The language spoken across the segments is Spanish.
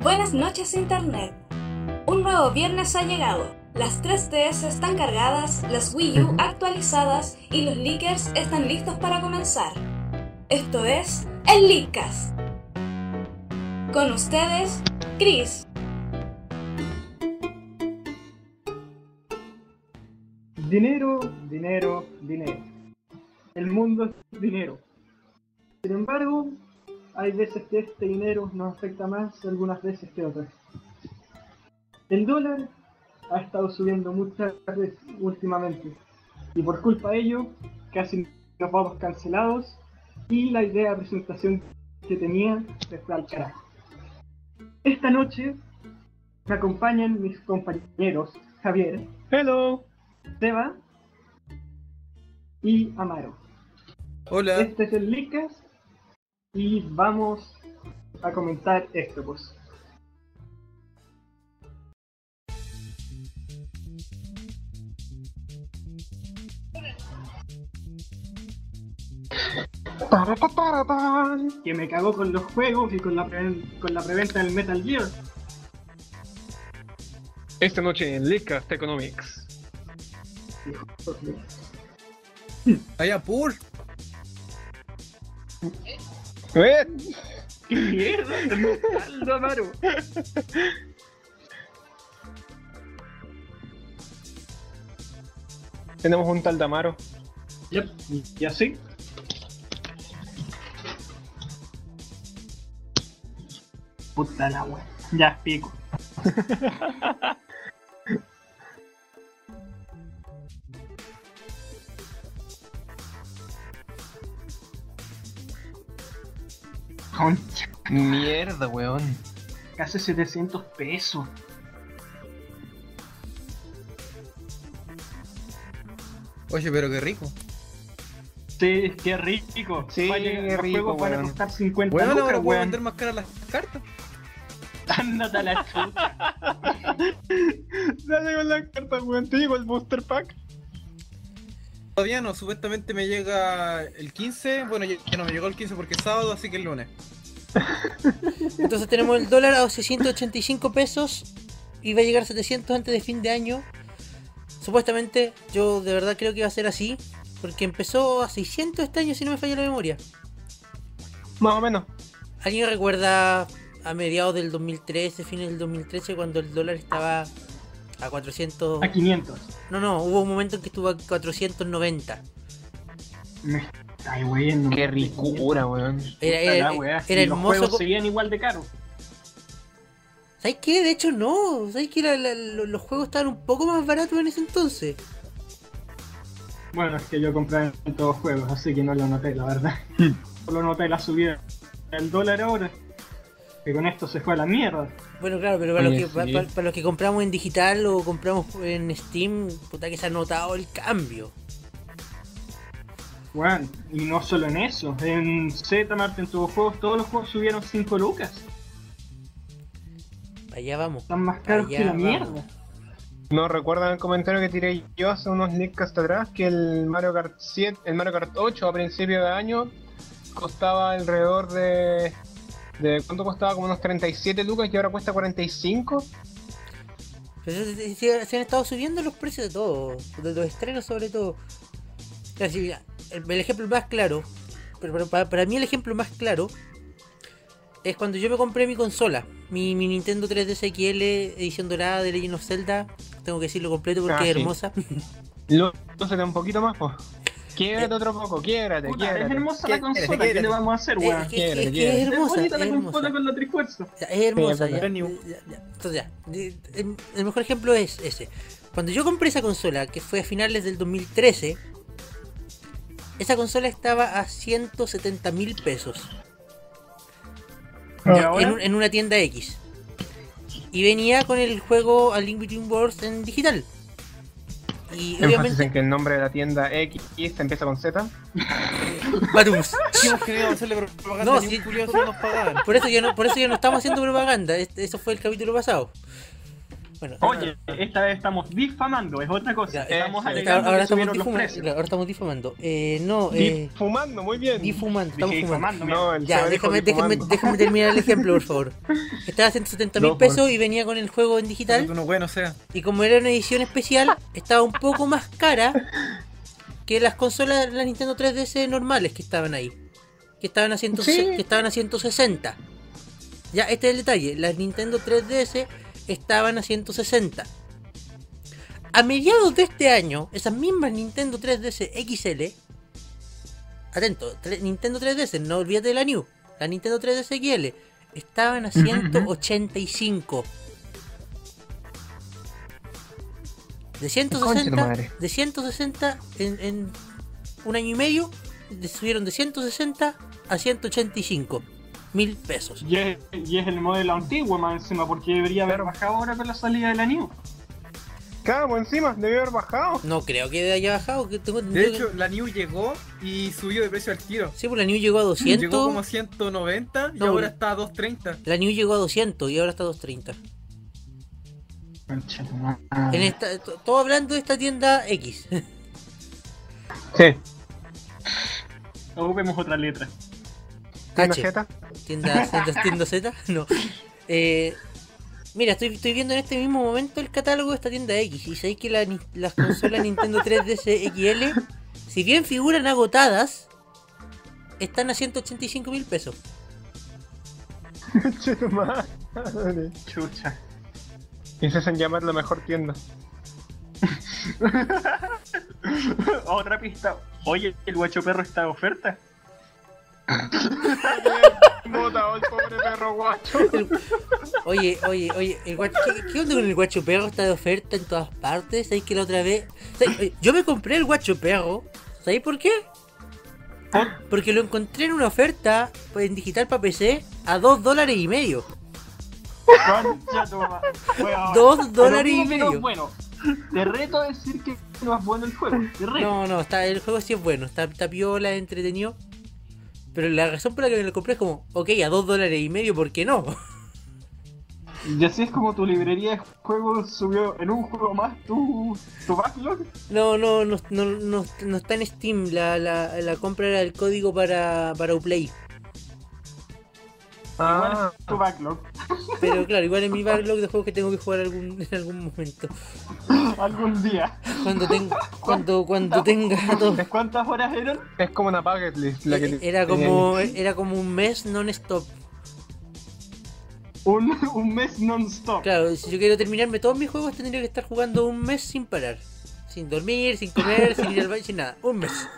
Buenas noches Internet. Un nuevo viernes ha llegado. Las 3DS están cargadas, las Wii U actualizadas y los leakers están listos para comenzar. Esto es el Leakcast. Con ustedes, Chris. Dinero, dinero, dinero. El mundo es dinero. Sin embargo, hay veces que este dinero nos afecta más, algunas veces que otras. El dólar ha estado subiendo muchas veces últimamente y por culpa de ello casi nos vamos cancelados y la idea de presentación que tenía se fue al carajo. Esta noche me acompañan mis compañeros Javier, Hello. Seba y Amaro. Hola. Este es el Licas y vamos a comentar esto, pues. Para, pa, para, pa. Que me cagó con los juegos y con la, preven- con la preventa del Metal Gear. Esta noche en Leadcast Economics. Vaya pur. ¡Eh! ¡Qué mierda! ¡Saldo Amaro! Tenemos un tal Damaro. Yep, y así. Puta la wea. Ya, pico. Concha, Mierda, weón. casi 700 pesos. Oye, pero qué rico. Sí, qué rico. Sí, Va a llegar- qué los rico, juegos van a weón. costar 50 Bueno, ahora lucas, puedo weón. vender más caras las cartas. Ándate a la chucha. Ya llegó la carta, weón. Te llegó el booster pack. Todavía no, supuestamente me llega el 15. Bueno, ya ya no me llegó el 15 porque es sábado, así que el lunes. Entonces tenemos el dólar a 685 pesos y va a llegar a 700 antes de fin de año. Supuestamente, yo de verdad creo que va a ser así, porque empezó a 600 este año si no me falla la memoria. Más o menos. ¿Alguien recuerda a mediados del 2013, fines del 2013, cuando el dólar estaba a 400? A 500. No, no, hubo un momento en que estuvo a 490. Me está güey, Qué ricura, weón. Era, era, era hermoso. co- seguían igual de caros. ¿Sabes qué? De hecho, no. ¿Sabes qué? La- la- lo- los juegos estaban un poco más baratos en ese entonces. Bueno, es que yo compré en todos juegos, así que no lo noté, la verdad. Solo noté la subida del dólar ahora. Que con esto se fue a la mierda. Bueno, claro, pero para, Oye, los, que, pa- sí. pa- para los que compramos en digital o compramos en Steam, puta que se ha notado el cambio. Bueno, y no solo en eso. En Z en todos juegos, todos los juegos subieron 5 lucas. Allá vamos. Están más caros Allá que la vamos. mierda. No recuerdan el comentario que tiré yo hace unos Leadcast atrás que el Mario Kart 7, el Mario Kart 8 a principio de año costaba alrededor de de cuánto costaba como unos 37 lucas y ahora cuesta 45. Pero se, se- se- se han estado subiendo los precios de todo, de los estrenos sobre todo. Claro, sí, mira, el, el ejemplo más claro, pero, pero para, para mí el ejemplo más claro es cuando yo me compré mi consola, mi, mi Nintendo 3DS XL edición dorada de Legend of Zelda. Tengo que decirlo completo porque Ah, es sí. hermosa. Lúcete un poquito más, pues. Quiebrate otro poco, quiebrate, Puta, es quiebrate. hermosa Quiebre, la consola, ¿qué quiebre. le vamos a hacer, weón? es, que- quiero, es que quiero. es Es hermosa. bonita la es hermosa. consola con la trifuerza. Ya, Es hermosa. Sí, ya, pero- ya, ya. Entonces, ya, de- de- el mejor ejemplo es ese. Cuando yo compré esa consola, que fue a finales del 2013, esa consola estaba a 170 mil pesos. ¿Y Ya, ahora? En, un- en una tienda X. Y venía con el juego A Link Between Worlds en digital. Y Énfasis obviamente. en que el nombre de la tienda X empieza con Z. Batums. Dijimos que no íbamos a hacerle propaganda No, ni un sí. culiao, si no nos pagaban. Por eso ya no, por eso ya no estamos haciendo propaganda. Este- eso fue el capítulo pasado. Bueno, Oye, esta vez estamos difamando, es otra cosa. Ya, estamos eso. está- alegando ahora, que estamos subieron los difuma- precios. claro, ahora estamos difamando. Eh, no, eh, Y fumando, muy bien. difumando, Dije estamos difamando, fumando. mira. No, el Ya, Seba dijo déjame, déjame, difumando. déjame terminar el ejemplo, por favor. Estaba a 170 mil No, por- pesos y venía con el juego en Para digital. que tú no bueno sea. Y como era una edición especial, estaba un poco más cara que las consolas, las Nintendo 3DS normales que estaban ahí. Que estaban a, 100 Sí. que estaban a 160. Ya, este es el detalle. Las Nintendo 3DS estaban a 160. A mediados de este año, esas mismas Nintendo 3DS XL. Atento, tre- Nintendo 3DS, no olvídate de la New. La Nintendo 3DS XL estaban a 185. De Conche tu 160, madre. de 160 en, en un año y medio de- subieron de 160 a 185 mil pesos. Y es, y es el modelo antiguo más encima, porque debería haber bajado ahora con la salida de la New. Cabo, encima, debió haber bajado. No creo que haya bajado. Que tengo, De hecho, la New llegó y subió de precio al tiro. sí, pues la New llegó a 200. Llegó como a 190 y No, ahora bro. está a 230. La New llegó a 200 y ahora está a 230. Concha tu madre. En esta, to- todo hablando de esta tienda X. Sí. Ocupemos otra letra. ¿Tiene H. jeta? Tienda Z, tienda Z, no. Eh, mira, estoy, estoy viendo en este mismo momento el catálogo de esta tienda X y sabéis que la ni- las consolas Nintendo 3DS XL, si bien figuran agotadas, están a 185 mil pesos. Conche tu madre. Chucha. Piensas en llamar la mejor tienda. otra pista. Oye, el guacho perro está de oferta. Botado el pobre perro guacho. Oye, oye, oye, el guacho, ¿qué, qué onda con el guacho perro? Está de oferta en todas partes. ¿Sabéis que la otra vez? ¿sabéis? Oye, Yo me compré el guacho perro. ¿Sabéis por qué? Ah. Porque lo encontré en una oferta en digital para PC a 2 dólares y medio. Concha tu ma- Weón. Dos dólares Pero y ¿cómo que no es medio. Bueno, te reto a decir que no es bueno el juego. Te reto. No, no, está, el juego sí es bueno, está, está piola, entretenido. Pero la razón por la que me lo compré es como, ok, a 2 dólares y medio, ¿por qué no? Y así es como tu librería de juegos subió en un juego más tu, tu backlog. No, no, no, no, no, no está en Steam, la, la, la compra era el código para, para Uplay. Ah. Igual es tu backlog. Pero claro, igual en mi backlog de juegos que tengo que jugar algún, en algún momento. Algún día. Cuando, ten- cuando, cuando tenga todo. ¿De ¿Cuántas horas eran? Es como una bucket list la que Eh, Era como, era como un mes non-stop. Un, un mes non-stop. Claro, si yo quiero terminarme todos mis juegos, tendría que estar jugando un mes sin parar. Sin dormir, sin comer, sin ir al baño, sin nada. Un mes.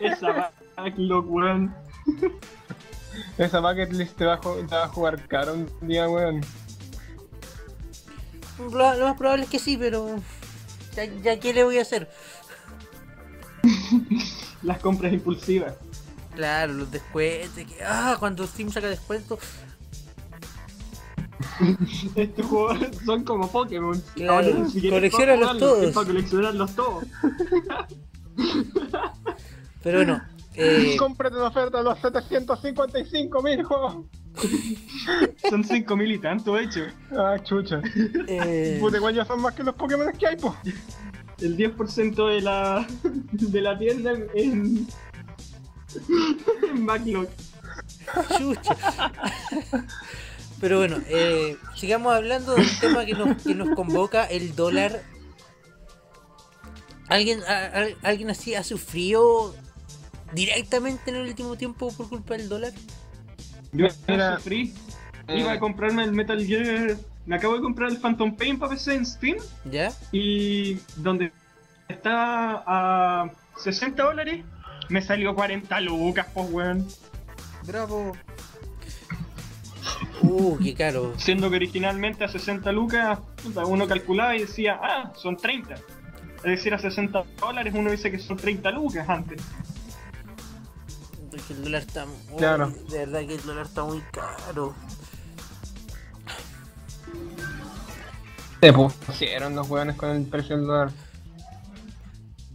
Esa backlog, weón. Esa bucket list te va, a ju- te va a jugar caro un día, weón. Lo, lo más probable es que sí, pero. Ya, ya qué le voy a hacer. Las compras impulsivas. Claro, los descuentos. que- ah, cuando Steam saca descuento. Estos juegos Este son como Pokémon. Claro, Ahora ni siquiera es para colecciónalos jugarlos, todos. Es para coleccionarlos todos. Pero bueno. eh, Cómprate de oferta los 755 mil juegos. Son 5000 y tanto, de hecho. Ah, chucha. eh, Puta, igual ya son más que los Pokémon que hay, po. El 10% de la, de la tienda en, en backlog. chucha. Pero bueno, eh, sigamos hablando del tema que nos, que nos convoca, el dólar. ¿Alguien, a- a- ¿Alguien así ha sufrido directamente en el último tiempo por culpa del dólar? Yo Mira. sufrí. Iba a comprarme el Metal Gear. Me acabo de comprar el Phantom Pain para PC en Steam. ¿Ya? Y donde está a 60 dólares, me salió 40 lucas, pues weón. Bravo. Uh, qué caro. Siendo que originalmente a 60 lucas, puta, uno calculaba y decía, ah, son 30. Es decir, a 60 dólares uno dice que son 30 lucas antes. Porque el dólar está. oh, Claro. De verdad que el dólar está muy caro. Se pusieron los weones con el precio del dólar.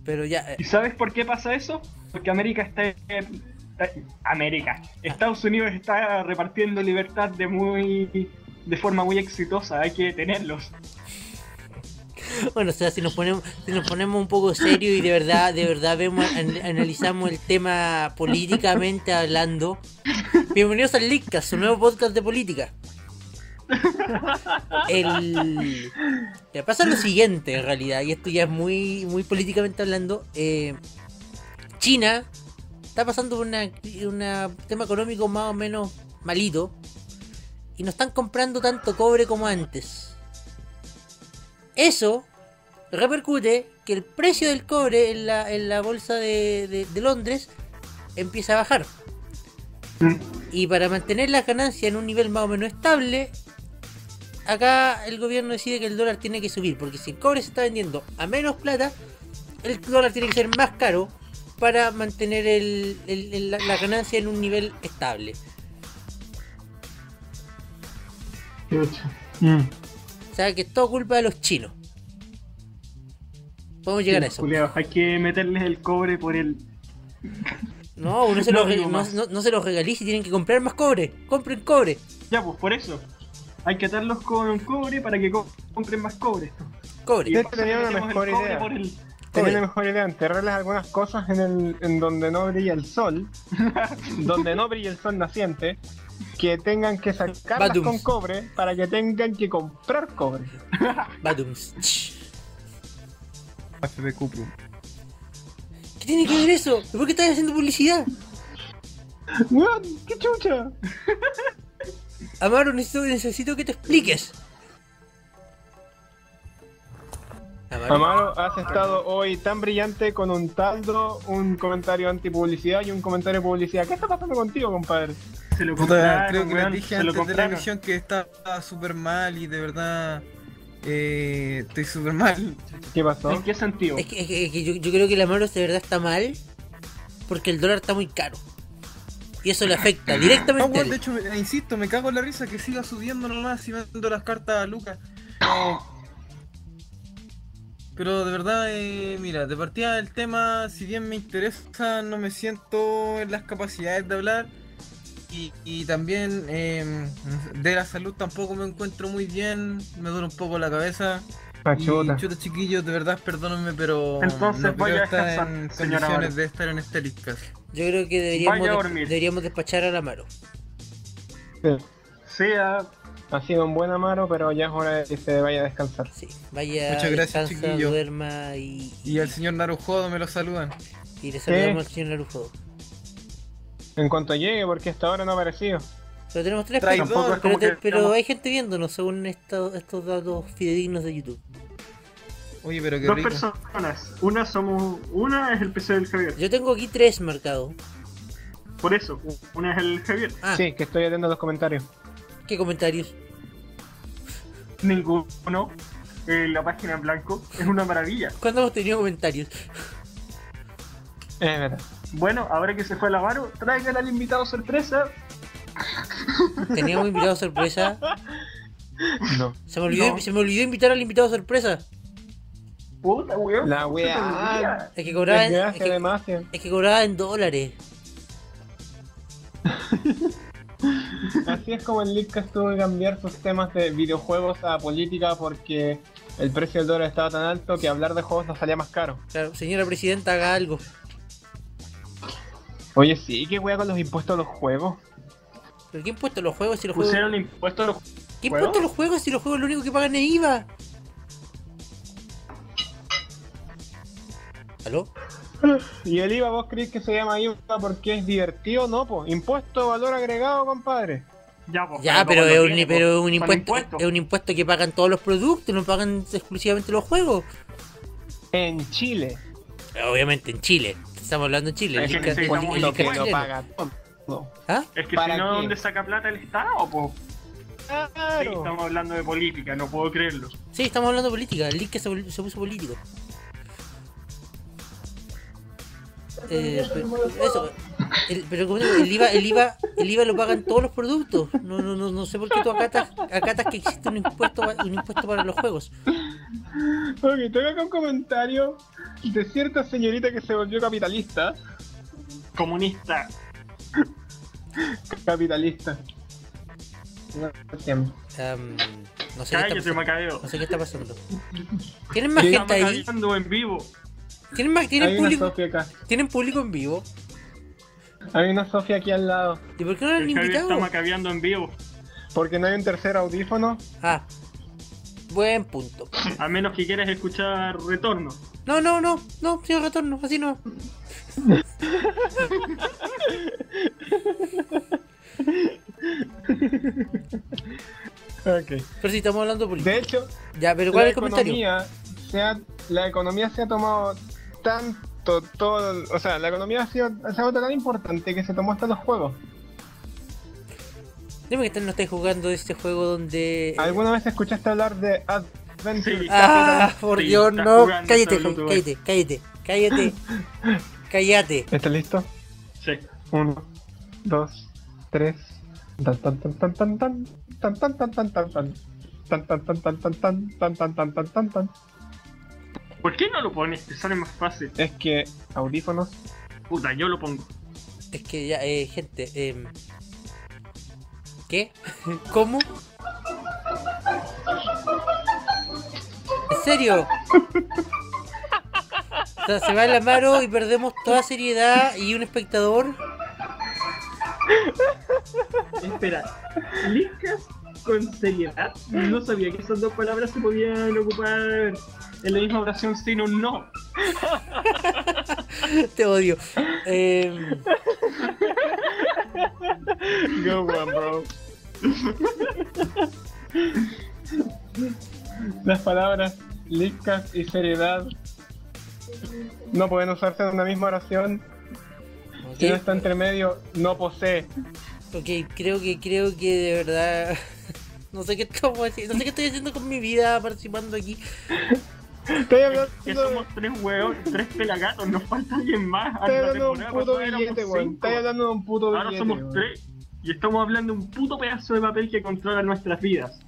Pero ya. eh, ¿Y sabes por qué pasa eso? Porque América está. eh, está- América. Estados Unidos está repartiendo libertad de muy de forma muy exitosa, hay que tenerlos. Bueno, o sea, si nos ponemos, si nos ponemos un poco serio y de verdad, de verdad vemos, an- analizamos el tema políticamente hablando. Bienvenidos al Lickcast, su nuevo podcast de política. El... ya pasa lo siguiente en realidad, y esto ya es muy, muy políticamente hablando. eh, China está pasando por una- una- un tema económico más o menos malito. Y no están comprando tanto cobre como antes. Eso repercute que el precio del cobre en la, en la bolsa de, de- de Londres empieza a bajar. Y para mantener las ganancias en un nivel más o menos estable, acá el gobierno decide que el dólar tiene que subir, porque si el cobre se está vendiendo a menos plata, el dólar tiene que ser más caro para mantener el- el- el- la, la ganancia en un nivel estable. O sea que es todo culpa de los chinos. Podemos llegar a eso. Culeados, hay que meterles el cobre por el... No, uno se No los re- digo no, más. no- no se los regalice y tienen que comprar más cobre. Compren cobre. Ya, pues por eso. Hay que atarlos con cobre para que co- compren más cobre. Cobre. De Y hecho, pasa tenía que una metemos el mejor cobre idea. por el- Tenía Oye. una mejor idea, enterrarles algunas cosas en, el, en donde no brilla el sol, donde no brilla el sol naciente, que tengan que sacarlas Badums. con cobre para que tengan que comprar cobre. Batums. Ch. FP Cupro. ¿Qué tiene que ver eso? ¿Por qué estás haciendo publicidad? ¡Weón! ¡Qué chucha! Amaro, necesito, necesito que te expliques. Amaro. Amaro, has estado hoy tan brillante con un taldo, un comentario antipublicidad y un comentario de publicidad. ¿Qué está pasando contigo, compadre? Se lo Puta, compraron, creo que les weón, dije se lo antes de la compraron. emisión que estaba súper mal y de verdad eh, estoy súper mal. ¿Qué pasó? ¿En qué sentido? Es que, es que- es que yo, yo creo que el Amaro de verdad está mal porque el dólar está muy caro. Y eso le afecta No, directamente. a weón, de él. hecho, me- eh, insisto, me cago en la risa que siga subiendo nomás y dando las cartas a Lucas. Pero de verdad, eh, mira, de partida del tema, si bien me interesa, no me siento en las capacidades de hablar. Y, y también eh, de la salud tampoco me encuentro muy bien, me duele un poco la cabeza. Ah, Y, chuta. chuta, chiquillos, de verdad, perdónenme, pero Entonces no voy creo a estar descansar, en señora Vara. condiciones de estar en este Leadcast. Yo creo que deberíamos, Vaya a des- dormir. deberíamos despachar al Amaro. Sí. Sea Ha sido un buen Amaro, pero ya es hora de que se vaya a descansar. Sí, vaya, Muchas gracias, descansa, chiquillo. duerma y, Y al señor Narujodo me lo saludan. y le saludamos al señor Narujo. En cuanto llegue, porque hasta ahora no ha aparecido. Pero tenemos tres Traidor. personas. Tampoco es Pero, como te- que pero digamos- hay gente viéndonos según estos, estos datos fidedignos de YouTube. Oye, pero qué dos rico. personas. Una somos... Una es el PC del Javier. Yo tengo aquí tres marcados. Por eso. Una es el Javier. Ah, Sí, que estoy atento a los comentarios. ¿qué comentarios? Ninguno. Eh, la página en blanco. Es una maravilla. ¿Cuándo hemos tenido comentarios? Es verdad. Bueno, ahora que se fue el avaro, traigan al invitado sorpresa. Teníamos invitado sorpresa. No. Se me olvidó, No. se me olvidó invitar al invitado sorpresa. Puta, weón. La se te weá. olvida. Es que cobraba en, es Desgracia que, de Mace. es que cobraba en dólares. Así es como el Leadcast tuvo que cambiar sus temas de videojuegos a política porque el precio del dólar estaba tan alto que hablar de juegos nos salía más caro. Claro, señora presidenta, haga algo. Oye, sí, qué weá con los impuestos a los juegos. ¿Pero quién puesto los juegos si los juegos? Pusieron impuestos a los ¿Quién juegos? puesto los juegos si los juegos lo único que pagan es IVA? ¿Aló? Y el IVA, ¿vos creéis que se llama IVA porque es divertido? No, pues. Impuesto de valor agregado, compadre. Ya, pues, Ya, pero cuando es un, viene, pero es pues, un son impuesto, impuestos. es un impuesto que pagan todos los productos, no pagan exclusivamente los juegos. En Chile. Obviamente en Chile, estamos hablando en Es Chile. el que Inca- necesitamos el un Lo Inca que impuesto. lo chileno. paga todo. ¿Ah? Es que si ¿Para no, qué? ¿dónde saca plata el Estado? Pues sí, Claro. estamos hablando de política, no puedo creerlo. Sí, estamos hablando de política, el link que se, vol- se puso político. Eh, pero, eso, el, pero como digo, el IVA, el IVA, el IVA lo pagan todos los productos. No, no, no, no sé por qué tú acatas, acatas que existe un impuesto, pa- un impuesto para los juegos. Ok, tengo acá un comentario de cierta señorita que se volvió capitalista. Comunista. Capitalista. No, siempre. Am, no, sé qué Cállate, está pasando. Macabeo. no sé qué está pasando. ¿Tienen más Está gente ahí? macabeando en vivo. ¿Tienen, más, Hay ¿tienen, una público, Sofía acá. ¿Tienen público en vivo? Hay una Sofía aquí al lado. ¿Y por qué no lo han El Javier está invitado? macabeando en vivo. Porque no hay un tercer audífono. Ah, buen punto. A menos que quieras escuchar retorno. No, no, no, no, sin retorno, así no. Ok. Pero si estamos hablando de política. De hecho, Ya, pero ¿cuál la es el comentario? economía, se ha, la economía se ha tomado tanto, todo, o sea, la economía ha sido, se ha vuelto tan importante que se tomó hasta los juegos. Dime que tal no estáis jugando este juego donde. ¿Alguna vez escuchaste hablar de Adventure? Sí. Ah, Está jugando- por sí, Dios, está no. jugando, Cállate, está jugando. cállate, cállate, cállate. Cállate. ¿Estás listo? Sí. Uno, dos, tres. Tan tan tan tan tan tan tan tan tan tan tan tan tan tan tan tan tan tan tan tan tan tan tan tan ¿Por qué no lo pones? Te sale más fácil. Es que audífonos. Puta, yo lo pongo. Es que ya, eh, gente, eh. ¿Qué? ¿Cómo? ¿En serio? O sea, se va la mano y perdemos toda seriedad y un espectador. Espera, Liscas con seriedad. No sabía que esas dos palabras se podían ocupar En la misma oración sin un no. Te odio. Eh, Go one, bro. Las palabras liscas y seriedad no pueden usarse en una misma oración. Si no ok, está entre medio, no posee. ok, creo que, creo que de verdad. No sé qué estamos haciendo, no sé qué estoy haciendo con mi vida participando aquí. Estoy hablando Que de- somos tres hueón, tres pelagatos, nos falta alguien más. Estoy La hablando de temporada un puto pasada éramos billete, weón. cinco. Estoy hablando de un puto Ahora billete. somos weón. tres y estamos hablando de un puto pedazo de papel que controla nuestras vidas.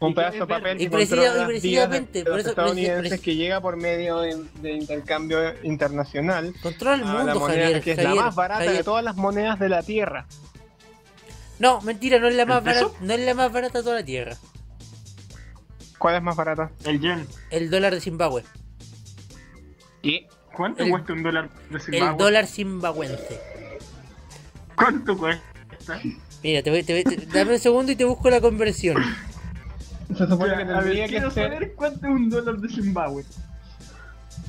Un pedazo de papel Y que precisa- controla y las vidas de precisamente, por los eso- estadounidenses preci- que llega por medio de, de intercambio internacional Controla a el Ah, la mundo, moneda Javier. que es Javier, la más barata Javier. de todas las monedas de la Tierra. No, mentira, no es la más ¿El peso? barata, no es la más barata de toda la tierra. ¿Cuál es más barata? El yen. El dólar de Zimbabue. ¿Qué? ¿Cuánto El- cuesta un dólar de Zimbabue? El dólar zimbabuense. ¿Cuánto cuesta? Mira, te voy, te voy- te- dame un segundo y te busco la conversión. Se supone que a tendría ver, que este- quiero ser. saber cuánto es un dólar de Zimbabue.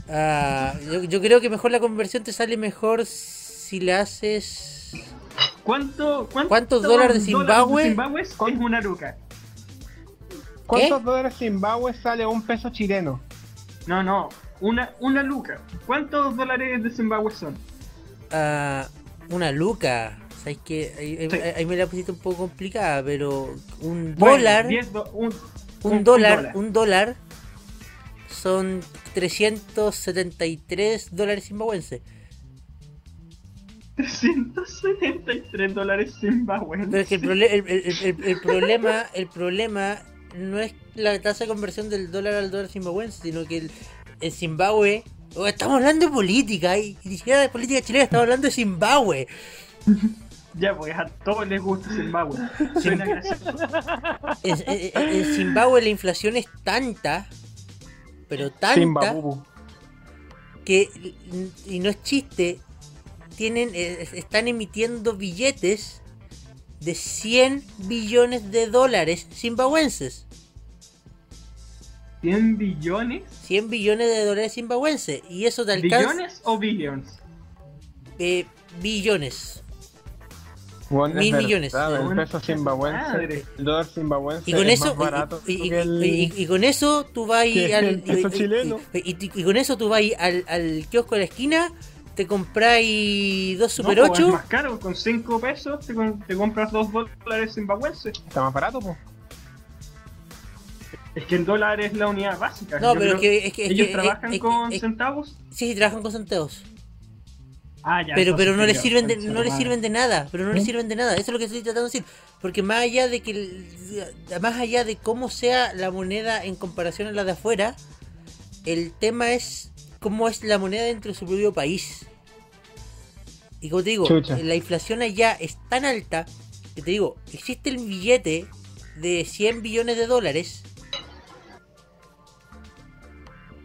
Ah, yo, yo creo que mejor la conversión te sale mejor si la haces. ¿Cuánto, cuánto ¿Cuántos dólares de Zimbabue? Zimbabue es es una ruca. ¿Cuántos dólares Zimbabue sale un peso chileno? No, no, una, una luca. ¿Cuántos dólares de Zimbabue son? ah, una luca. Sabes que ahí, ahí- Sí. ahí me la pusiste un poco complicada, pero un Bueno, dólar, 10 do- un, un, un dólar, dólar. un dólar son 373 dólares zimbabuenses. 373 dólares Zimbabue. Pero es que el, prole- el- el- el- el- el problema, el problema no es la tasa de conversión del dólar al dólar zimbabuense, sino que el, el Zimbabue. Oh, estamos hablando de política, y y ni siquiera de política chilena, estamos hablando de Zimbabue. Ya, pues a todos les gusta Zimbabue. Suena gracioso. En, en- en- en Zimbabue la inflación es tanta, pero tanta, Zimbabubu. que, y no es chiste, tienen, eh, están emitiendo billetes de 100 billones de dólares zimbabuenses. ¿100 billones? 100 billones de dólares zimbabuenses. Y eso te alcanza. ¿Billones o billions? Eh, billones. Bueno, es Mil verdad, millones. El peso zimbabuense. Madre. El dólar zimbabuense Y con es eso, más barato y, y- y- que el- y- y con eso tú vas ahí que el al. peso y- y- chileno. Y, y- y con eso tú vas ahí al, al kiosco de la esquina, te compráis dos Super No, pues, 8. Es más caro, con 5 pesos te, com- te compras 2 dólares zimbabuenses. Está más barato, po. Es que el dólar es la unidad básica. No, Yo pero creo- es que. Es que es ¿Ellos que- trabajan es- es- con es- centavos? sí, sí, trabajan con centavos. Ah, ya. Pero, entonces pero no les ya, sirven de, concha no les madre. sirven de nada, pero no les sirven de nada, eso es lo que estoy tratando de decir, porque más allá de que el- más allá de cómo sea la moneda en comparación a la de afuera, el tema es cómo es la moneda dentro de su propio país. Y como te digo, Chucha. la inflación allá es tan alta que te digo, existe el billete de 100 billones de dólares,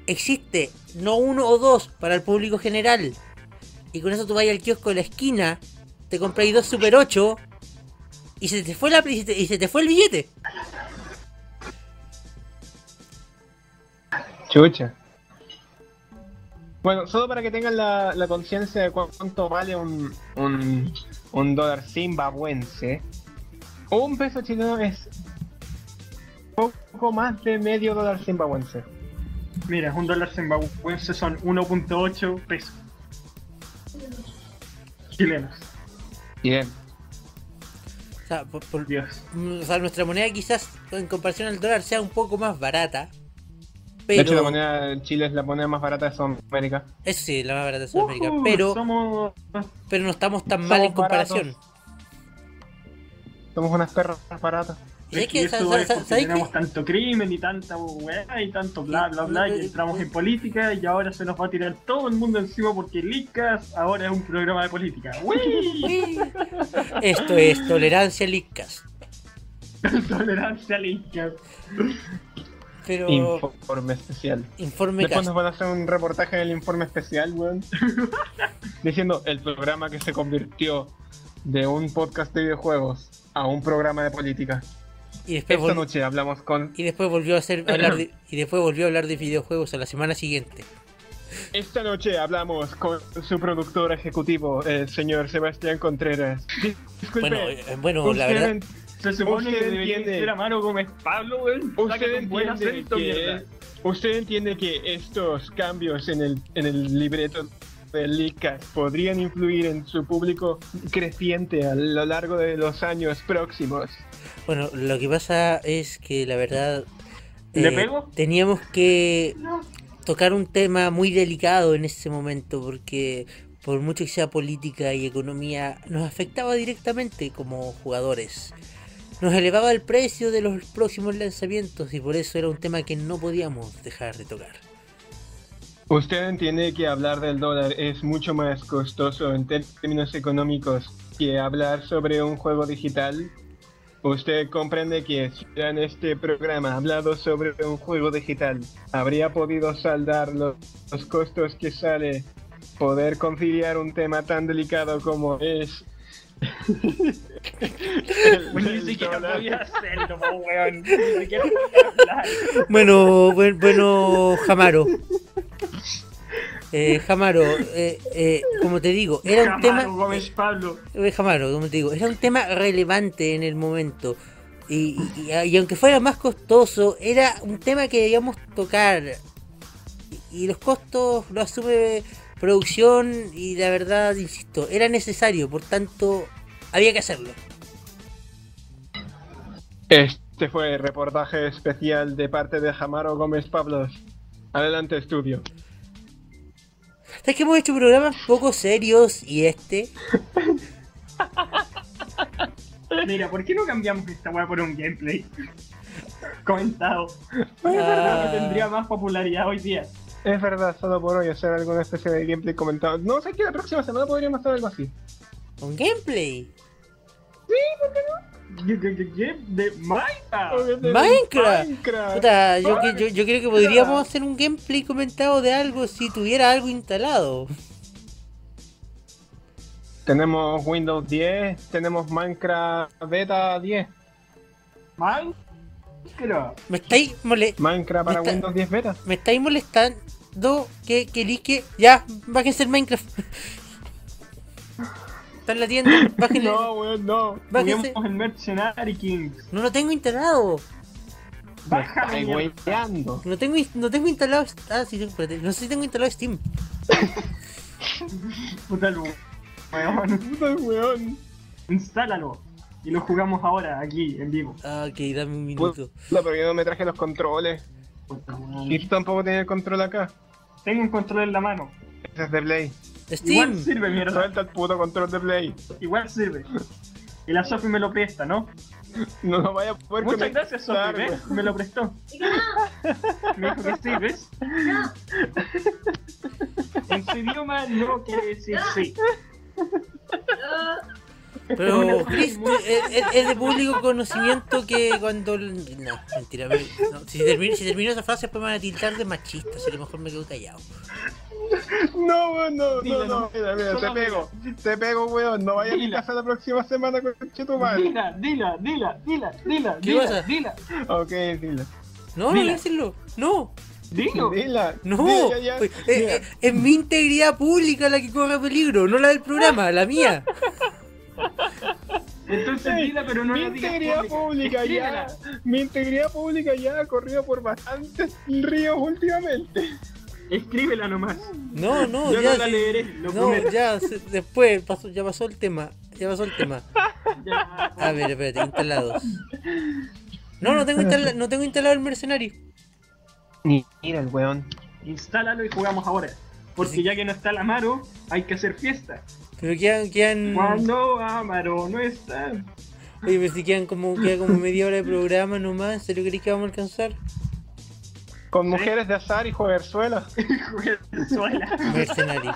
existe no uno o dos para el público general. Y con eso tú vas al kiosco de la esquina, te compras dos Super 8 y se te fue la y se te, y se te fue el billete. Chucha. Bueno, solo para que tengan la, la conciencia de cuánto vale un, un, un dólar zimbabuense, un peso chileno es poco más de medio dólar zimbabuense. Mira, un dólar zimbabuense son 1.8 pesos. Chilenos. Bien. O sea, por- por- Dios. mm, o sea, nuestra moneda quizás en comparación al dólar sea un poco más barata. De hecho, la Pero... moneda de Chile es la moneda más barata de Sudamérica. Eso sí, la más barata de Sudamérica. Ujú, pero, Uh, Somos. pero no estamos tan mal en somos baratos. comparación. Somos unas perras baratas. Y es Es que que, esto ¿sabes- es sabes- porque sabes tenemos qué? tanto crimen y tanta weá y tanto bla bla bla y entramos en política y ahora se nos va a tirar todo el mundo encima porque Licas ahora es un programa de política. ¡Uy! Esto es tolerancia Lickas. Tolerancia al Icas. Pero. Informe especial. informe Después Cast. nos van a hacer un reportaje del informe especial, weón. Diciendo el programa que se convirtió de un podcast de videojuegos a un programa de política. Y después, Esta vol- noche hablamos con. y después volvió a hacer hablar de, y después volvió a hablar de videojuegos a la semana siguiente. Esta noche hablamos con su productor ejecutivo, el señor Sebastián Contreras. Disculpe, Bueno, eh, bueno, usted la verdad. ent- Se supone Usted que debería entiende. ser Amaro Gómez Pablo, weón. Saca Usted un buen entiende, acento, mierda. que, usted entiende que estos cambios en el, en el libreto de Licas podrían influir en su público creciente a lo largo de los años próximos. Bueno, lo que pasa es que la verdad. eh, ¿Le pego? Teníamos que tocar un tema muy delicado en ese momento, porque por mucho que sea política y economía, nos afectaba directamente como jugadores. Nos elevaba el precio de los próximos lanzamientos y por eso era un tema que no podíamos dejar de tocar. Usted entiende que hablar del dólar es mucho más costoso en términos económicos que hablar sobre un juego digital. Usted comprende que si en este programa hablado sobre un juego digital habría podido saldar lo- los costos que sale poder conciliar un tema tan delicado como es. el- Ni el siquiera dólar. podía hacerlo, po, weón. Ni siquiera podía hablar. Bueno, buen- bueno, Jamaro. Eh, Jamaro, eh, eh, como te digo, era un Amaro tema. Gómez Pablo. Eh, Jamaro, como te digo, era un tema relevante en el momento. Y, y- y aunque fuera más costoso, era un tema que debíamos tocar. Y, y los costos lo asume producción y la verdad, insisto, era necesario, por tanto, había que hacerlo. Este fue el reportaje especial de parte de Jamaro Gómez Pablos. Adelante, estudio. ¿Sabes que hemos hecho programas poco serios y este? Mira, ¿por qué no cambiamos esta weá por un gameplay? Comentado. Ah. Creo que tendría más popularidad hoy día. Es verdad, solo por hoy hacer alguna especie de gameplay comentado. No sé que la próxima semana podríamos hacer algo así. Con gameplay. Ye- ye- ye- ye- De Minecraft. Minecraft. Minecraft. Puta, yo, que- yo, yo creo que podríamos Minecraft. hacer un gameplay comentado de algo si tuviera algo instalado. Tenemos Windows 10, tenemos Minecraft Beta 10. Minecraft. Me estáis, mole- Minecraft para Está- Windows 10 Beta. me estáis molestando que, que lique. Ya, bájense el Minecraft. Está en la tienda, bájenle. No, weón, no. bájense. Juguemos el Mercenary Kings. No lo tengo instalado. Bájalo. Ay, mierda. weón. No tengo, ins- no tengo instalado. Ah, sí, espérate. No sé si tengo instalado Steam. Puta el weón. Puta, weón. Instálalo. Y lo jugamos ahora, aquí, en vivo. Ah, ok, dame un Puta, minuto. pero yo no me traje los controles. Puta, weón. Y tú tampoco tienes el control acá. Tengo un control en la mano. Ese es de Play. Igual Steam. sirve, mierda. Suelta el puto control de Play. Igual sirve. Y la Sophie me lo presta, ¿no? No lo vaya a poder Muchas gracias, ¿eh? Sophie. conectar, ¿ves? Me lo prestó. Me dijo que sí, ¿ves? En su idioma no quiere decir sí. Pero Chris, es, es- es de público conocimiento que cuando... No, mentira. me- no, si, termino, si termino esa frase, después me van a tildar de machista, así que mejor me quedo callado. No, weón, no, Dilo, no, no, mira, mira, te Solo pego, te pego, weón, no vayas a mi Dilo. casa la próxima semana con tu madre. Dila, dila, dila, dila, dila, ¿Qué dila, pasa? dila. Ok, dila. No, no voy a hacerlo. No, Dilo. Dila. no. Dila, ya, Oye, eh, eh, es mi integridad pública la que corre peligro, no la del programa, la mía. Entonces dila, pero no mi la digas integridad pública, ya, Escríbela. mi integridad pública ya ha corrido por bastantes ríos últimamente. Escríbela nomás. No, no, Yo ya. no la sí, leeré, lo no, prometo. ya, se- después, pasó, ya pasó el tema. Ya pasó el tema. Ya. A ver, espérate, instalados. No, no tengo, instala- no tengo instalado el mercenario. Ni mira el weón. Instálalo y jugamos ahora. Porque ya que no está el Amaro, hay que hacer fiesta. Pero quedan, quedan. Cuando Amaro no está. Oye, pero si quedan como, queda como media hora de programa nomás, ¿se lo crees que vamos a alcanzar? Con mujeres de azar y jueguerzuelas. Venezuela. Mercenario.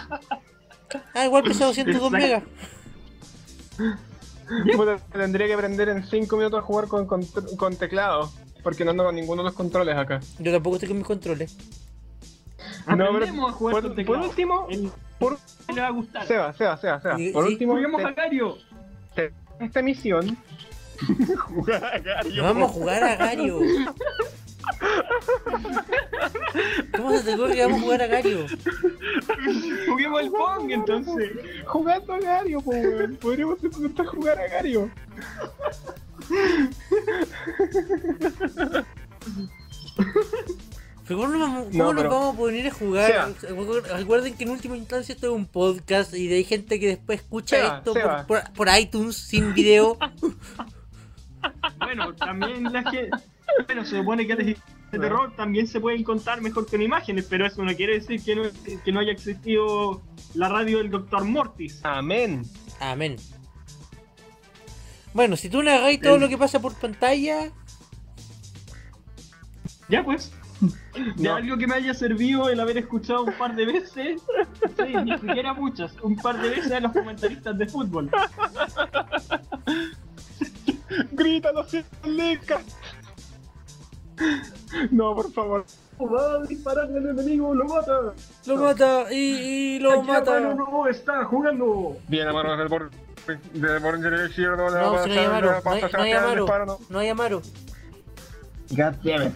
Ah, igual pesa 202 megas. Puta, Tendría que aprender en 5 minutos a jugar con, con, con teclado. Porque no ando con ninguno de los controles acá. Yo tampoco estoy con mis controles. pero- Aprendemos a jugar por, con por teclado. último, El- por, Le va a gustar. Seba, Seba, Seba, Seba. Sí, Por sí. último, Juguemos a te- Cario. esta misión. Jugar a Nos Gario. vamos a jugar a Gario. ¿Cómo se te ocurre que vamos a jugar a Gario? Juguemos al Pong entonces. Jugando a Gario, po, weón. Podríamos intentar jugar a Gario. Pero ¿Cómo, nos vamos, cómo No, nos pero- vamos a poner a jugar? Recuerden que en última instancia esto es un podcast y hay gente que después escucha Seba, esto Seba. por, por- por iTunes sin video. Bueno, también la gente. Bueno, se supone que antes de terror también se pueden contar mejor con imágenes, pero eso no quiere decir que no, que no haya existido la radio del Dr. Mortis. Amén. Amén. Bueno, si tú narras todo lo que pasa por pantalla, Ya pues. De algo que me haya servido el haber escuchado un par de veces, sí, ni siquiera muchas, un par de veces a los comentaristas de fútbol. Grita los licas. No, por favor. Va a dispararle al enemigo, lo mata. lo mata y, y lo Aquí mata. Amaro no está jugando. Bien, Amaro, del borde. Del borde izquierdo. le va No, a si no hay pasar, le va a Amaro, no hay, pasar, no hay Sebastián, Amaro, disparo, no. no hay Amaro. God damn it.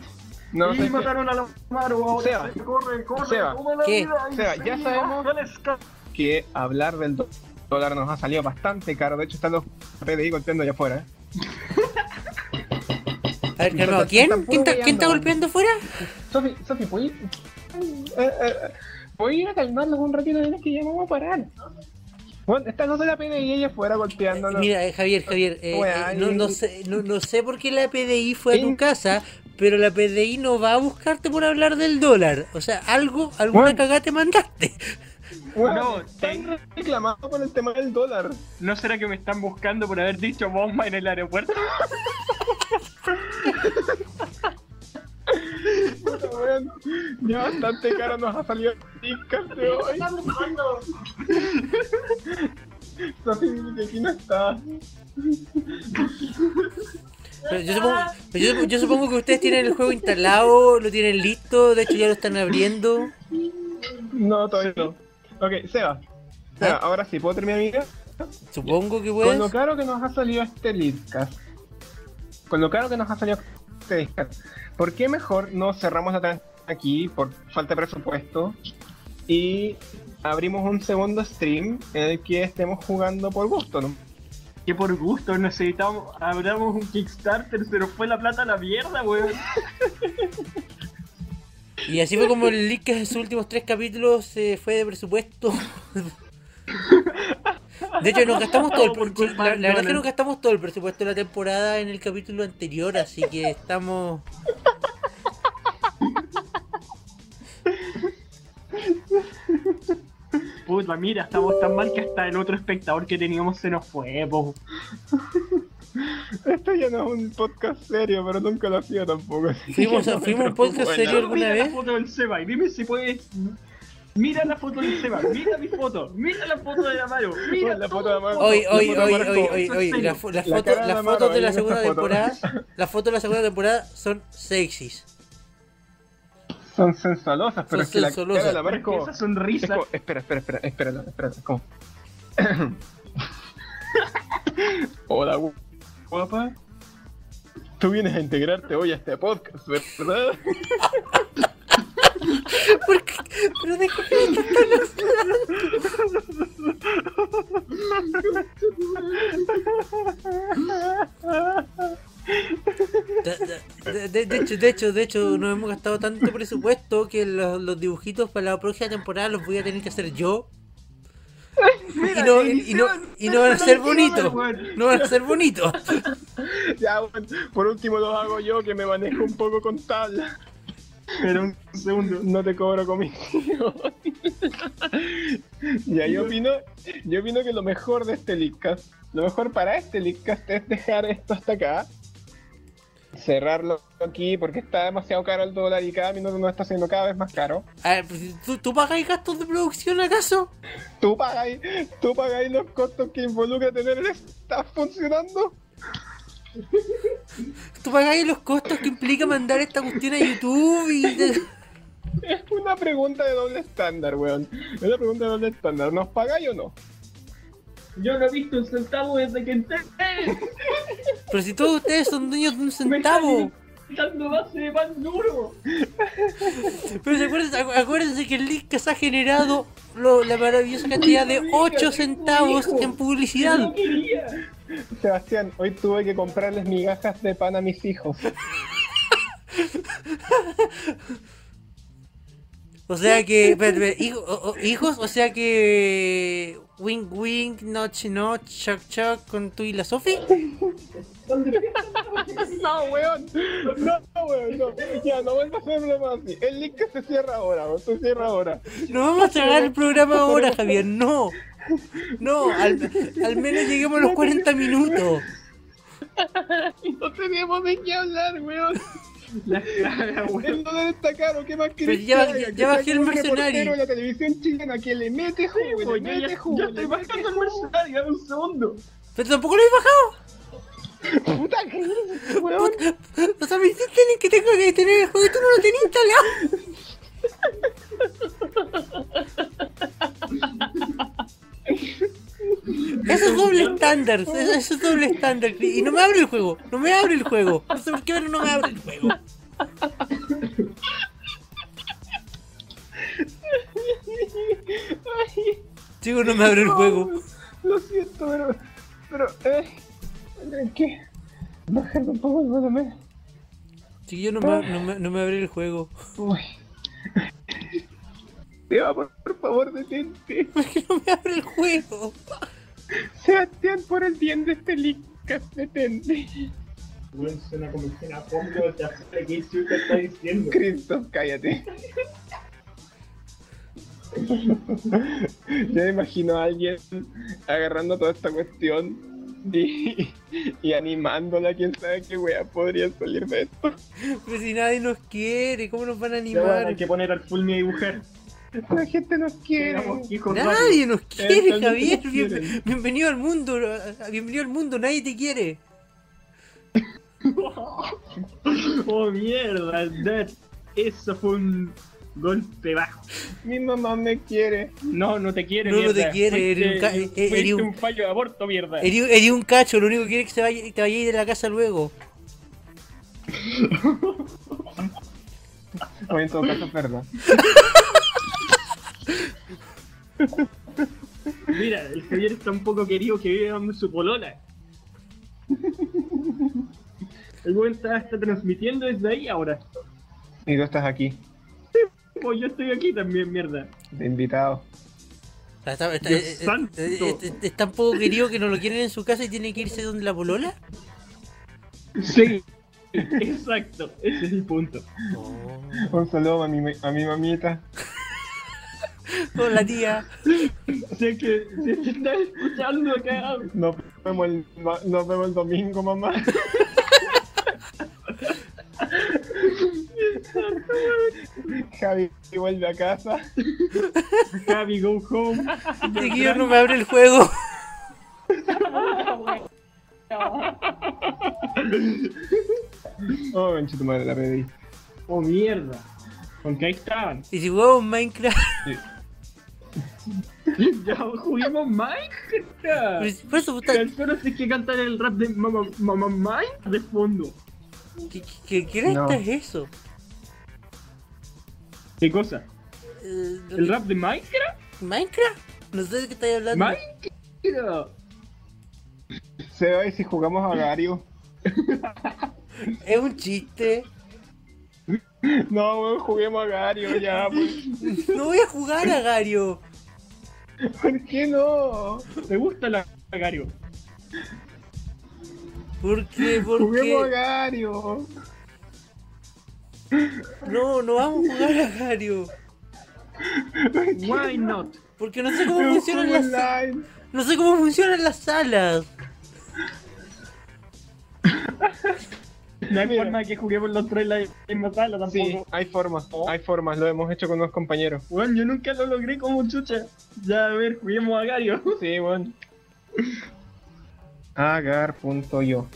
No, y sé qué. mataron a la Amaro ahora. Seba. se Corre, corre. Seba. toma la ¿Qué? vida y Seba, ya sí, sabemos- baja la escala. que hablar del do- dólar nos ha salido bastante caro. De hecho, están los PDI golpeando allá afuera. ¿eh? A ver, calmado, ¿quién? Tampoco ¿Quién está, voy quién está andando. golpeando fuera? Sofi, Sofi, ¿puedes ir? Eh, eh, eh, ¿puedes ir a calmarlos un ratito? Tienes que ya vamos a parar. Bueno, está no la PDI allá afuera golpeándonos. Mira, eh, Javier, Javier, eh, Weá, eh, no, y- no sé, no, no sé por qué la PDI fue a tu ¿Eh? casa, pero la PDI no va a buscarte por hablar del dólar. O sea, algo, alguna Bueno. cagada te mandaste. Bueno, No, están reclamando por el tema del dólar. ¿No será que me están buscando por haber dicho bomba en el aeropuerto? Puta, weón. Ya bastante caro nos ha salido el podcast de hoy. Sofi, de aquí no está. Pero yo, supongo, pero yo- yo supongo que ustedes tienen el juego instalado, lo tienen listo, de hecho ya lo están abriendo. No, todavía no. Ok, Seba. Seba, ahora sí, ¿puedo terminar mi idea? Supongo que Con puedes. lo caro que nos ha salido este Lidcast. Con lo caro que nos ha salido este Lidcast. ¿Por qué mejor no cerramos la transmisión aquí por falta de presupuesto? Y abrimos un segundo stream en el que estemos jugando por gusto, ¿no? Que por gusto necesitamos, abramos un Kickstarter, se nos fue la plata a la mierda, weón. Y así fue como el leak en sus últimos tres capítulos se fue de presupuesto. De hecho, nos gastamos todo el Por pre- culpa la, la de verdad es que Donald. nos gastamos todo el presupuesto de la temporada en el capítulo anterior, así que estamos. Puta, mira, estamos tan mal que hasta el otro espectador que teníamos se nos fue, po. Esto ya no es un podcast serio, pero nunca lo hacía tampoco. Fuimos, a- fuimos a un podcast serio alguna Mira la vez. foto del Seba y dime si puedes Mira la foto del Seba, mira mi foto, mira la foto de Amaro, mira La todo. foto de Amaro. Hoy, hoy, foto hoy, de Marco. hoy, hoy, hoy, Eso las es fo- las La fotos cara de las la fotos mano, de la ahí en segunda esa foto. temporada, las fotos de la segunda temporada son sexys. Son sensualosas, pero Son es que la sensualosas. cara de la Mara es como- Esa es sonrisa. como- Espera, espera, espera, espera, espera. es como- Hola, gu- guapa. Tú vienes a integrarte hoy a este podcast, ¿verdad? ¿Por qué? Pero deja que me estás tan asustando. De, de- de- de hecho, de hecho, de hecho, no hemos gastado tanto presupuesto que los, los dibujitos para la próxima temporada los voy a tener que hacer yo. y, no, y, no, y no van a ser bonitos. No van a ser bonitos. ya, bueno, por último los hago yo que me manejo un poco con tabla. Pero un segundo. No te cobro comisión. ya, yo opino, yo opino que lo mejor de este Leadcast, lo mejor para este Leadcast es dejar esto hasta acá. Cerrarlo aquí porque está demasiado caro el dólar y cada minuto nos está haciendo cada vez más caro. A ver, pues, ¿tú, tú pagas gastos de producción acaso? Tú pagáis, tú pagáis los costos que involucra tener el staff funcionando. ¿Tú pagas los costos que implica mandar esta cuestión a YouTube? Y... Es una pregunta de doble estándar, weón. Es una pregunta de doble estándar. ¿Nos pagáis o no? Yo no he visto un centavo desde que entré. ¡eh! Pero si todos ustedes son dueños de un Me están centavo. dando base de pan duro. Pero se acuérdense, acu- acuérdense que el Lickcast ha generado lo- la maravillosa cantidad de 8 centavos en publicidad. No quería. Sebastián, hoy tuve que comprarles migajas de pan a mis hijos. O sea que. espérate, espérate, hijo- o- o- hijos, o sea que. Wing Wing, Notch Notch, Chuck Chuck con tú y la Sofi. No, weón. No, weón, no. Ya, no vuelvas a hacer bromas así. El link que se cierra ahora, weón. Se cierra ahora. No vamos a tragar el programa ahora, Javier, no. No, al, al menos lleguemos a los 40 minutos. No teníamos de qué hablar, weón. La cara, weón. El dólar está caro, ¿qué más querés Pero ya que bajé- haga? ya Que bajé el saque un mercenario. reportero de la televisión chilena que le mete jugo, Yo le ya, ya mete jugo. le estoy mete bajando el jugo. mercenario, dame un segundo. Pero tampoco lo he bajado. Puta, que- weón. O sea, me insisten en que tengo que tener el juego y tú no lo tenías instalado. Eso es doble estándar, eso, eso es doble estándar. Y no me abre el juego, no me abre el juego. No sé por qué, pero no me abre el juego. Chico, no me abre el juego. Lo siento, pero. Pero, eh. ¿Qué? Bajar un poco el volumen. Chiquillo, no me, no me, no me abre el juego. Uy. Seba, por, por favor, detente. ¿Por qué no me abre el juego? Sebastián, por el bien de este Lickcast, detente. Weón, suena como escena fondo, te hace que chuta está diciendo. Cristo, cállate. Yo me imagino a alguien agarrando toda esta cuestión y, y animándola, quién sabe qué wea podría salir de esto. Pero si nadie nos quiere, ¿cómo nos van a Ya, weón, hay animar? que poner al full ni a dibujar. La gente nos quiere. Éramos hijos raros. Nadie nos quiere, Entonces, Javier. ¿qué Bien- quieren? bienvenido al mundo, eh, bienvenido al mundo, nadie te quiere. Oh mierda, Dad. Eso fue un golpe bajo. Mi mamá me quiere. No, no te quiere, No, no mierda. te quiere, Fuiste- eres un ca- eh, eh, fuiste eres un- un fallo de aborto, mierda. Eres eres un cacho, lo único que quiere es que se vaya, te vaya a ir de la casa luego. O en todo caso, perdón. Mira, el Javier está un poco querido que vive con su polola. El buen está, está transmitiendo desde ahí ahora. Y tú estás aquí, Pues yo estoy aquí también, mierda. de invitado. O sea, Está, está- Dios eh, eh, santo. eh, eh, eh, es tan poco querido que no lo quieren en su casa y tiene que irse donde la polola. Sí. Exacto, ese es el punto. Un saludo a mi, a mi mamita. Con la tía. Sé que se te está escuchando acá. Nos vemos el, ma- nos vemos el domingo, mamá. Javi vuelve a casa. Javi, go home. Chiquillo, no me abre el juego. Oh, manche tu madre, la pedí. Oh, mierda. Porque ahí estaban. Y si jugamos Minecraft. Ah. Ya juguemos Minecraft. Por eso, puta, Tan solo tienes que cantar el rap de Mamá Mamá Mike de fondo. ¿qué, qué, qué, qué No. rata es eso? ¿Qué cosa? Eh, lo ¿El que- rap de Minecraft? ¿Minecraft? No sé de qué estáis hablando. ¡Minecraft! Se va y si jugamos a Gario. Es un chiste. No, weón, juguemos a Gario ya. pues. No voy a jugar a Gario. ¿Por qué no? Me gusta la Gario. ¿Por qué? ¿Por Juguemos a qué? Gario. No, no vamos a jugar a Gario. Why not? Porque no sé cómo Es un funcionan juego las salas. online. No sé cómo funcionan las salas. No hay forma de que juguemos los tres en la misma sala tampoco. Sí, hay formas, hay formas, lo hemos hecho con unos compañeros. Bueno, yo nunca lo logré como chucha. Ya, a ver, juguemos a Gario. Sí, weón. Agar.io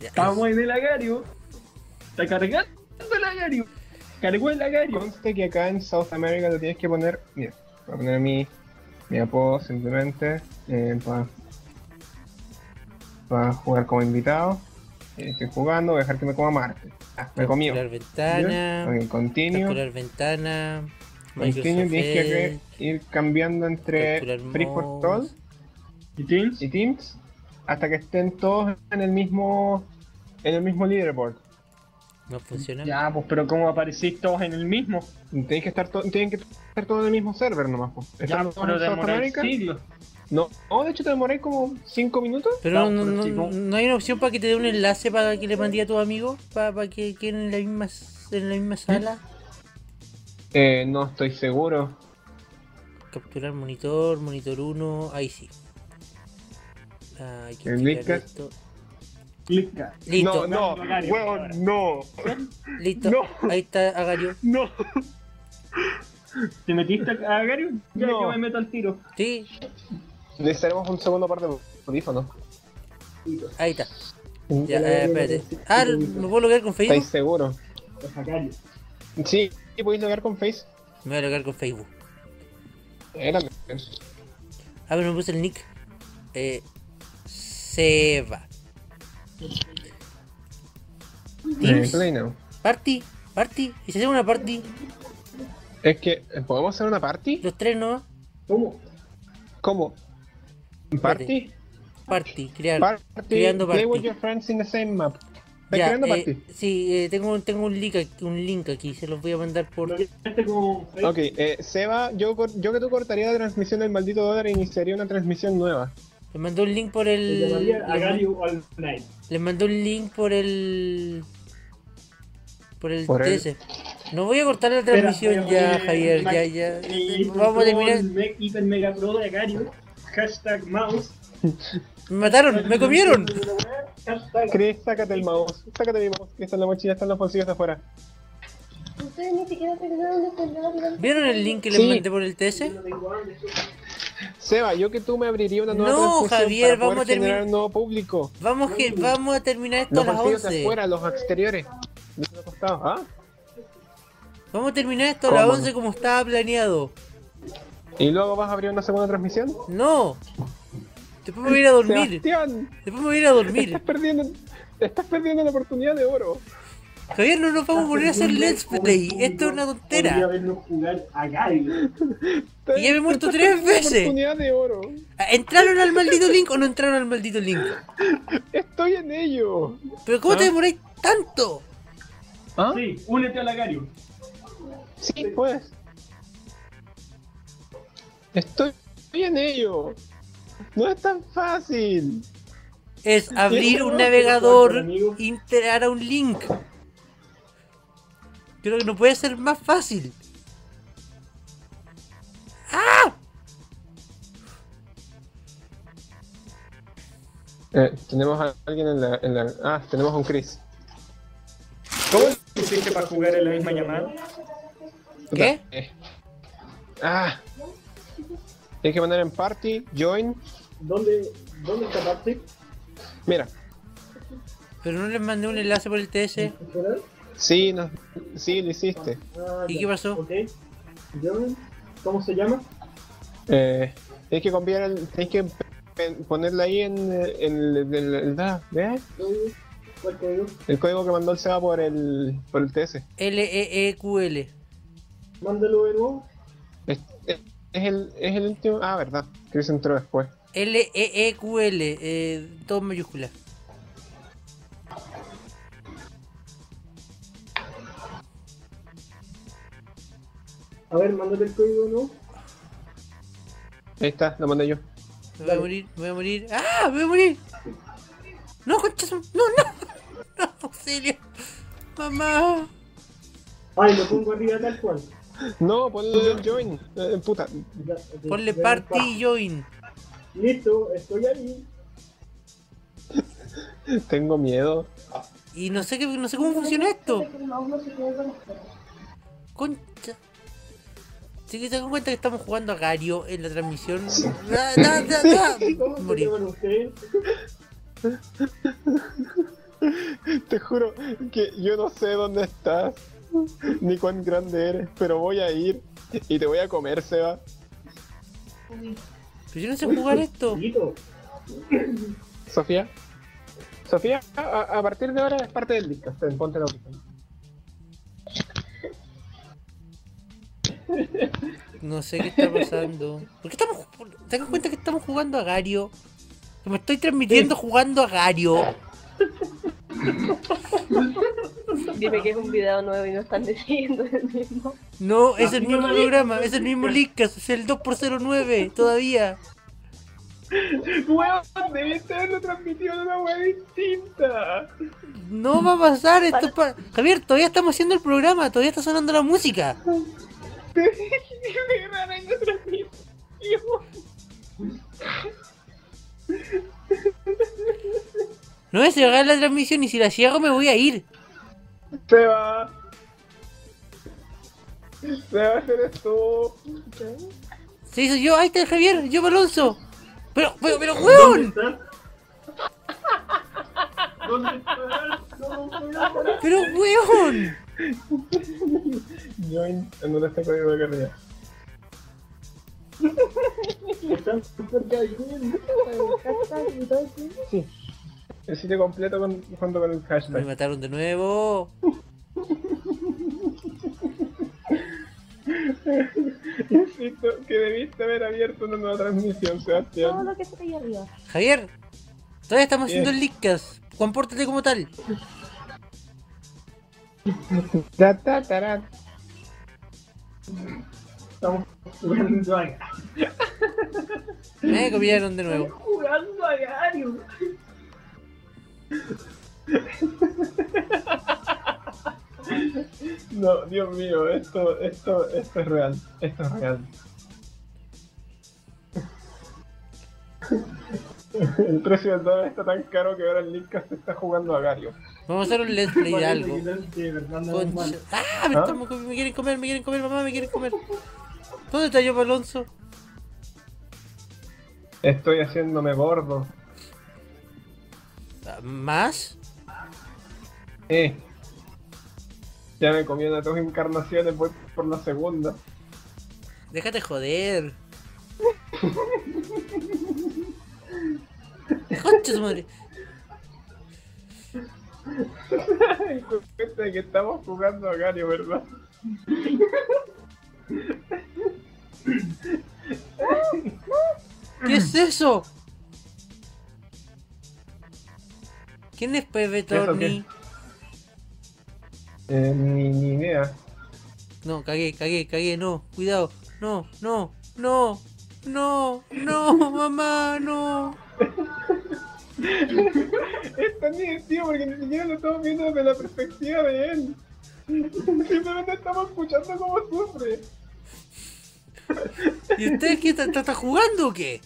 Estamos en el Agario. Está cargando el Agario. Cargó el Agario. Conste que acá en South America lo tienes que poner. Mira, voy a poner mi, mi apodo simplemente para jugar como invitado. Eh, Estoy jugando, voy a dejar que me coma Marte. Ah, me comió. Capturar ventana. Ok, continue. Capturar ventana. Continue, Microsoft tienes que Edge, re- ir cambiando entre capturar Free mouse. for All ¿Y Teams? y Teams hasta que estén todos en el mismo en el mismo leaderboard. No funciona. Ya, pues, pero ¿cómo aparecís todos en el mismo? Tienen que estar to- tienen que estar todos en el mismo server nomás. po. Ya, Estamos pero en South demoráis America. siglos. No, no, de hecho te demoré como 5 minutos. No, Pero no, pero no- si no- no hay una opción para que te dé un enlace para que le mandé a tus amigos, para, para que queden en la misma, en la misma sala. Eh, no estoy seguro. Capturar monitor, monitor 1, ahí sí. Ah, hay que El clicar Leadcast. esto. Clica. Listo, No, no, Gario, ahora. huevón, no, listo. no. Ahí está Agario. no. ¿Te metiste a Agario? Ya, No. yo me meto al tiro. Sí, Necesitaremos un segundo par de audífonos. ahí está. Ya, eh, espérate. Ah, ¿me puedo lograr con ¿Estáis Facebook? seguros? Es Agario. Sí, podéis lograr con Face. Eh, Me voy a lograr con Facebook. Era Ah, pero me puse el nick. Eh, Seba. Teams. Play now. Party, party. ¿Y si hacemos una party? Es que, eh, ¿podemos hacer una party? Los tres no. ¿Cómo? ¿Cómo? ¿Party? Party, crear. Party. Creando Play party. with your friends in the same map. ¿Estás Ya, creando eh, party? sí, eh, tengo, tengo un, link aquí, un link aquí, se los voy a mandar por... Este como... Ok, eh, Seba, yo, cor- yo que tú cortaría la transmisión del maldito dólar e iniciaría una transmisión nueva. Les mandó un link por Se el... llamaría les Agario All Night. ma- les mandó un link por el... Por el Por el- 13. No voy a cortar la transmisión ya, Javier, ya, ya. Eh, Vamos a terminar... Even Mega Pro de Agario. Hashtag mouse. Me mataron, me comieron. Hashtag Chris, sácate el mouse. Sácate mi mouse, que está en la mochila, están los bolsillos de afuera. Ustedes ni siquiera terminaron de cenar. ¿Vieron el link que les Sí. mandé por el 13? Seba, yo que tú me abriría una nueva No, transmisión Javier, para poder vamos a terminar- generar un nuevo público. Vamos, que, vamos a terminar esto Los a las bolsillos de 11. afuera, los exteriores. De los costados, ¿ah? Vamos a terminar esto a las ¿Cómo? 11 como estaba planeado. Y luego vas a abrir una segunda transmisión. No. Después me voy a ir a dormir. Sebastián, Después me voy a ir a dormir. estás perdiendo, estás perdiendo la oportunidad de oro. Javier, no nos vamos a poner a hacer let's play. Esto es una Podría tontera. vernos jugar a Agario. Y ya me he muerto tres veces. Oportunidad de oro. ¿Entraron al maldito link o no entraron al maldito link? Estoy en ello. ¿Pero cómo te demoráis tanto? ¿Ah? Sí, únete al Agario. Sí, pues. Estoy en ello. No es tan fácil. Es abrir un navegador, integrar a un link. Creo que no puede ser más fácil. Eh, tenemos a alguien en la, en la- Ah, tenemos a un Chris. ¿Cómo? hiciste para jugar en la misma llamada? ¿Qué? Eh. Ah. Tienes que mandar en party, join. ¿Dónde, dónde está parte? Mira, Pero no les mandé un enlace por el TS. ¿Funcional? sí, nos- sí, lo hiciste. Ah, ¿Y ya. qué pasó? Ok. Llamen. ¿Cómo se llama? Eh, tienes que copiar, el- tienes que pe- ponerla ahí en, eh, en el, en el- da- ¿ves? Código. ¿Cuál código? el código que mandó el Seba por el, por el TS. L-E-E-Q-L. Mándalo de nuevo. Es, es- es el, es el último. Ah, verdad. Chris entró después. L-E-E-Q-L. Eh, todo en mayúscula. A ver, mándale el código de nuevo. Ahí está, lo mandé yo. Me voy a morir, me voy a morir. ¡Ah! ¡Me voy a morir! ¡No, conchazo! ¡No, no! ¡No, auxilio! ¡Mamá! Ay, lo pongo arriba tal cual. No, ponle el join. Eh, puta. Ya, ok, Ponle ya, party pa. y join. Listo, estoy ahí. Tengo miedo. Y no sé, qué, no sé cómo funciona esto. Aún no se quedó con las perras. Concha. Si que se dan cuenta que estamos jugando a Gario en la transmisión. ¡Ah, da, da, da! ¿Cómo se Morí. llaman ustedes? Te juro que yo no sé dónde estás, ni cuán grande eres, pero voy a ir y te voy a comer, Seba. Pero yo no sé jugar esto. Chiquito. Sofía. Sofía, a, a partir de ahora es parte del disco. Ten, ponte la audífono. No sé qué está pasando. ¿Por qué estamos ju- ¿Te das cuenta que estamos jugando a Gario? Que me estoy transmitiendo jugando a Gario. Dime que es un video nuevo y no están diciendo el mismo. No, es el mismo programa, es el mismo Lickas, es el 2x09 todavía. ¡Weón! Debiste haberlo transmitido de una web distinta. No va a pasar esto. es pa- Javier, todavía estamos haciendo el programa, todavía está sonando la música. No voy a cerrar la transmisión y si la cierro me voy a ir. Seba. Seba, eres tú. Se hizo yo, ahí está el Javier, yo Alonso. Pero, pero, pero, ¿Dónde weón. estás? ¿Dónde estás? No, no, no, no. Pero, weón. Join. ¿En dónde está el código de carrera? Están súper caídos. Hashtag y todo el tiempo. El sitio completo con, junto con el Me hashtag. mataron de nuevo. Insisto que debiste haber abierto una nueva transmisión, Todo Sebastián. lo que está ahí arriba. Javier, todavía estamos Bien. haciendo el Lickas. Compórtate como tal. Ta, ta, tarán. Estamos jugando a Me copiaron de nuevo. jugando a Gario. No, Dios mío, esto, esto, esto es real, esto es real. El precio del dólar está tan caro que ahora el Linkas se está jugando a Gario. Vamos a hacer un let's play de algo. De verdad, no es Concha. malo. ¡Ah! Me, ¿Ah? están- me quieren comer, me quieren comer, mamá, me quieren comer. ¿Dónde está yo Alonso? Estoy haciéndome gordo. Ah, ¿Más? Eh. Ya me comí una dos encarnaciones, voy por la segunda. Déjate joder. Concha su madre. Ay, con cuenta de que estamos jugando a Gario, ¿verdad? ¿Qué es eso? ¿Quién es Pepe ¿Eso Torni? Eh, ni, ni idea. No, cagué, cagué, cagué, no, cuidado, no, no, no, no, no, mamá, no. Es tan divertido porque ni siquiera lo estamos viendo desde la perspectiva de él. Simplemente estamos escuchando cómo sufre. ¿Y ustedes qué están está jugando o qué?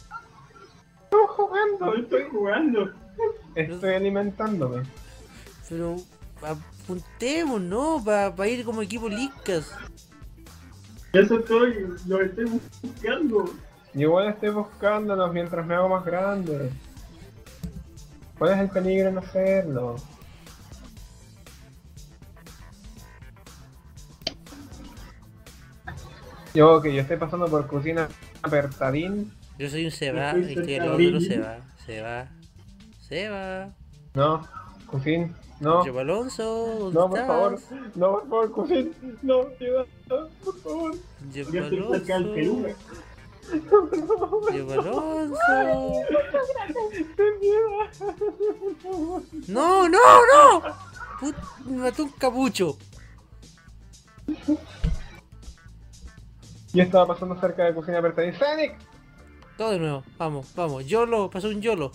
No estoy jugando. Estoy alimentándome. Pero apuntemos, ¿no? Para ir como equipo Licas. Eso estoy, lo estoy buscando. Yo igual estoy buscándolos mientras me hago más grande. ¿Cuál es el peligro en hacerlo? Yo, ok, yo estoy pasando por cocina apertadín. Yo soy un Seba, Estoy y estoy al cerca lado de de otro mí. Seba. Seba. Seba. No, cocina, no. Yo Alonso, ¿dónde No, por estás? favor. No, por favor, cocina. No, ayuda, por favor. Yo Yo estoy cerca del Perú. Alonso. Yo Alonso. No, no, no. Put... Me mató un capucho. Yo estaba pasando cerca de cocina apertadín. ¡Sonic! Todo de nuevo. Vamos, vamos. Yolo, pasó un yolo.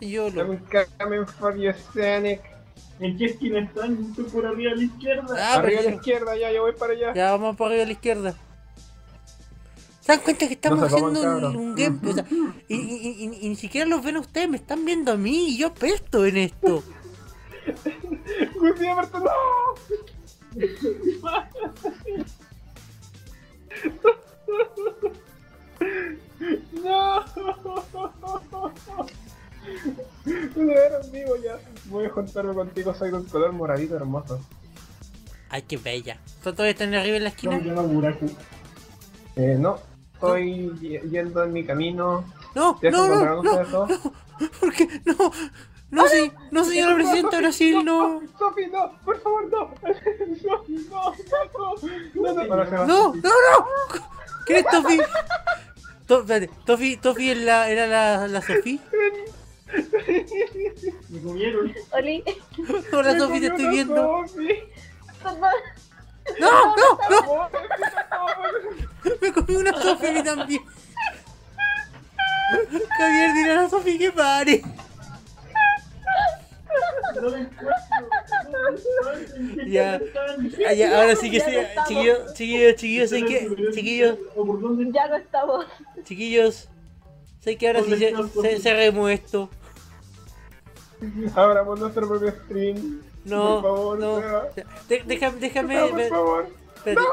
Yolo. I'm coming for you, Sonic. ¿En qué esquina están? Estoy por arriba a la izquierda. Ah, Arriba pero a la ya, izquierda, ya, yo voy para allá. ya vamos para arriba a la izquierda. ¿Se dan cuenta que estamos Nos sacamos haciendo el un, cabro. un gameplay? O sea, y, y- y- y- y ni siquiera los ven a ustedes, me están viendo a mí y yo pesto en esto. Cocina apertadín, no. No. Me dejaron vivo ya. Voy a juntarme contigo, soy de un color moradito hermoso. Ay, qué bella. ¿Son todos están arriba en la No, esquina? yo no, Buraku. Eh, no, estoy y- yendo en mi camino. No, ¿Te has no, no, encontrado con no, eso? porque no, Ah, no, sí, no, señora presidenta de Brasil, no, Sofi, no, por favor, no. Sofi, no, no, no, no. Ahora se va. no, no, no. ¿Quién es Tofi? To- espérate, Tofi, Tofi es la- era la, la Sofi. Me comieron. Oli, Hola Me Sofi, te comió estoy una viendo. Sofi. perdón. No, no, no, Oh, por me comí una Sofi a mí también. Javier, dile a la Sofi que pare. No me encuentro. No me encuentro. ¿En qué Ya. esquina están? Ah, ya, ahora sí que Ya sí, no estamos. chiquillos, chiquillos, chiquillos, sé que, chiquillos, ¿O por dónde Ya no estamos. chiquillos, sé que ahora sí se, se, cerremos esto. favor. Abramos nuestro propio stream. No, Por favor, no. Seba. De- deja- déjame, Seba, por ver- favor. espérate.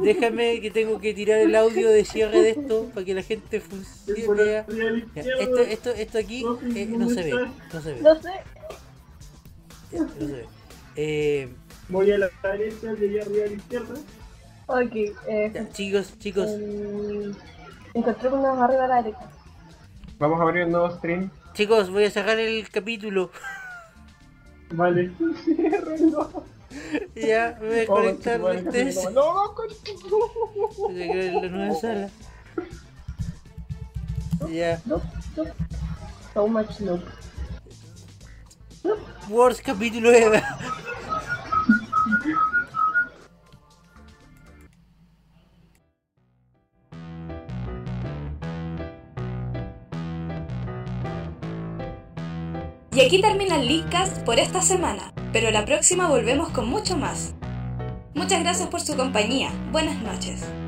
déjame que tengo que tirar el audio de cierre de esto para que la gente Estoy por arriba funcione. a la Esto, izquierda. esto, esto aquí eh, no se ve, no se ve, No sé. no se ve. Eh, Voy a la derecha, llegué arriba a la izquierda. Ok, eh, ya, chicos, chicos, em, encontré unos arriba a la derecha. Vamos a abrir un nuevo stream. chicos, voy a cerrar el capítulo. Vale. Ya, me voy a Vamos, conectar vale, los tres. no, no, con- Voy a crear la nueva sala. Ya, So much no. worst capítulo ever. Y aquí termina el Leadcast por esta semana, pero la próxima volvemos con mucho más. Muchas gracias por su compañía. Buenas noches.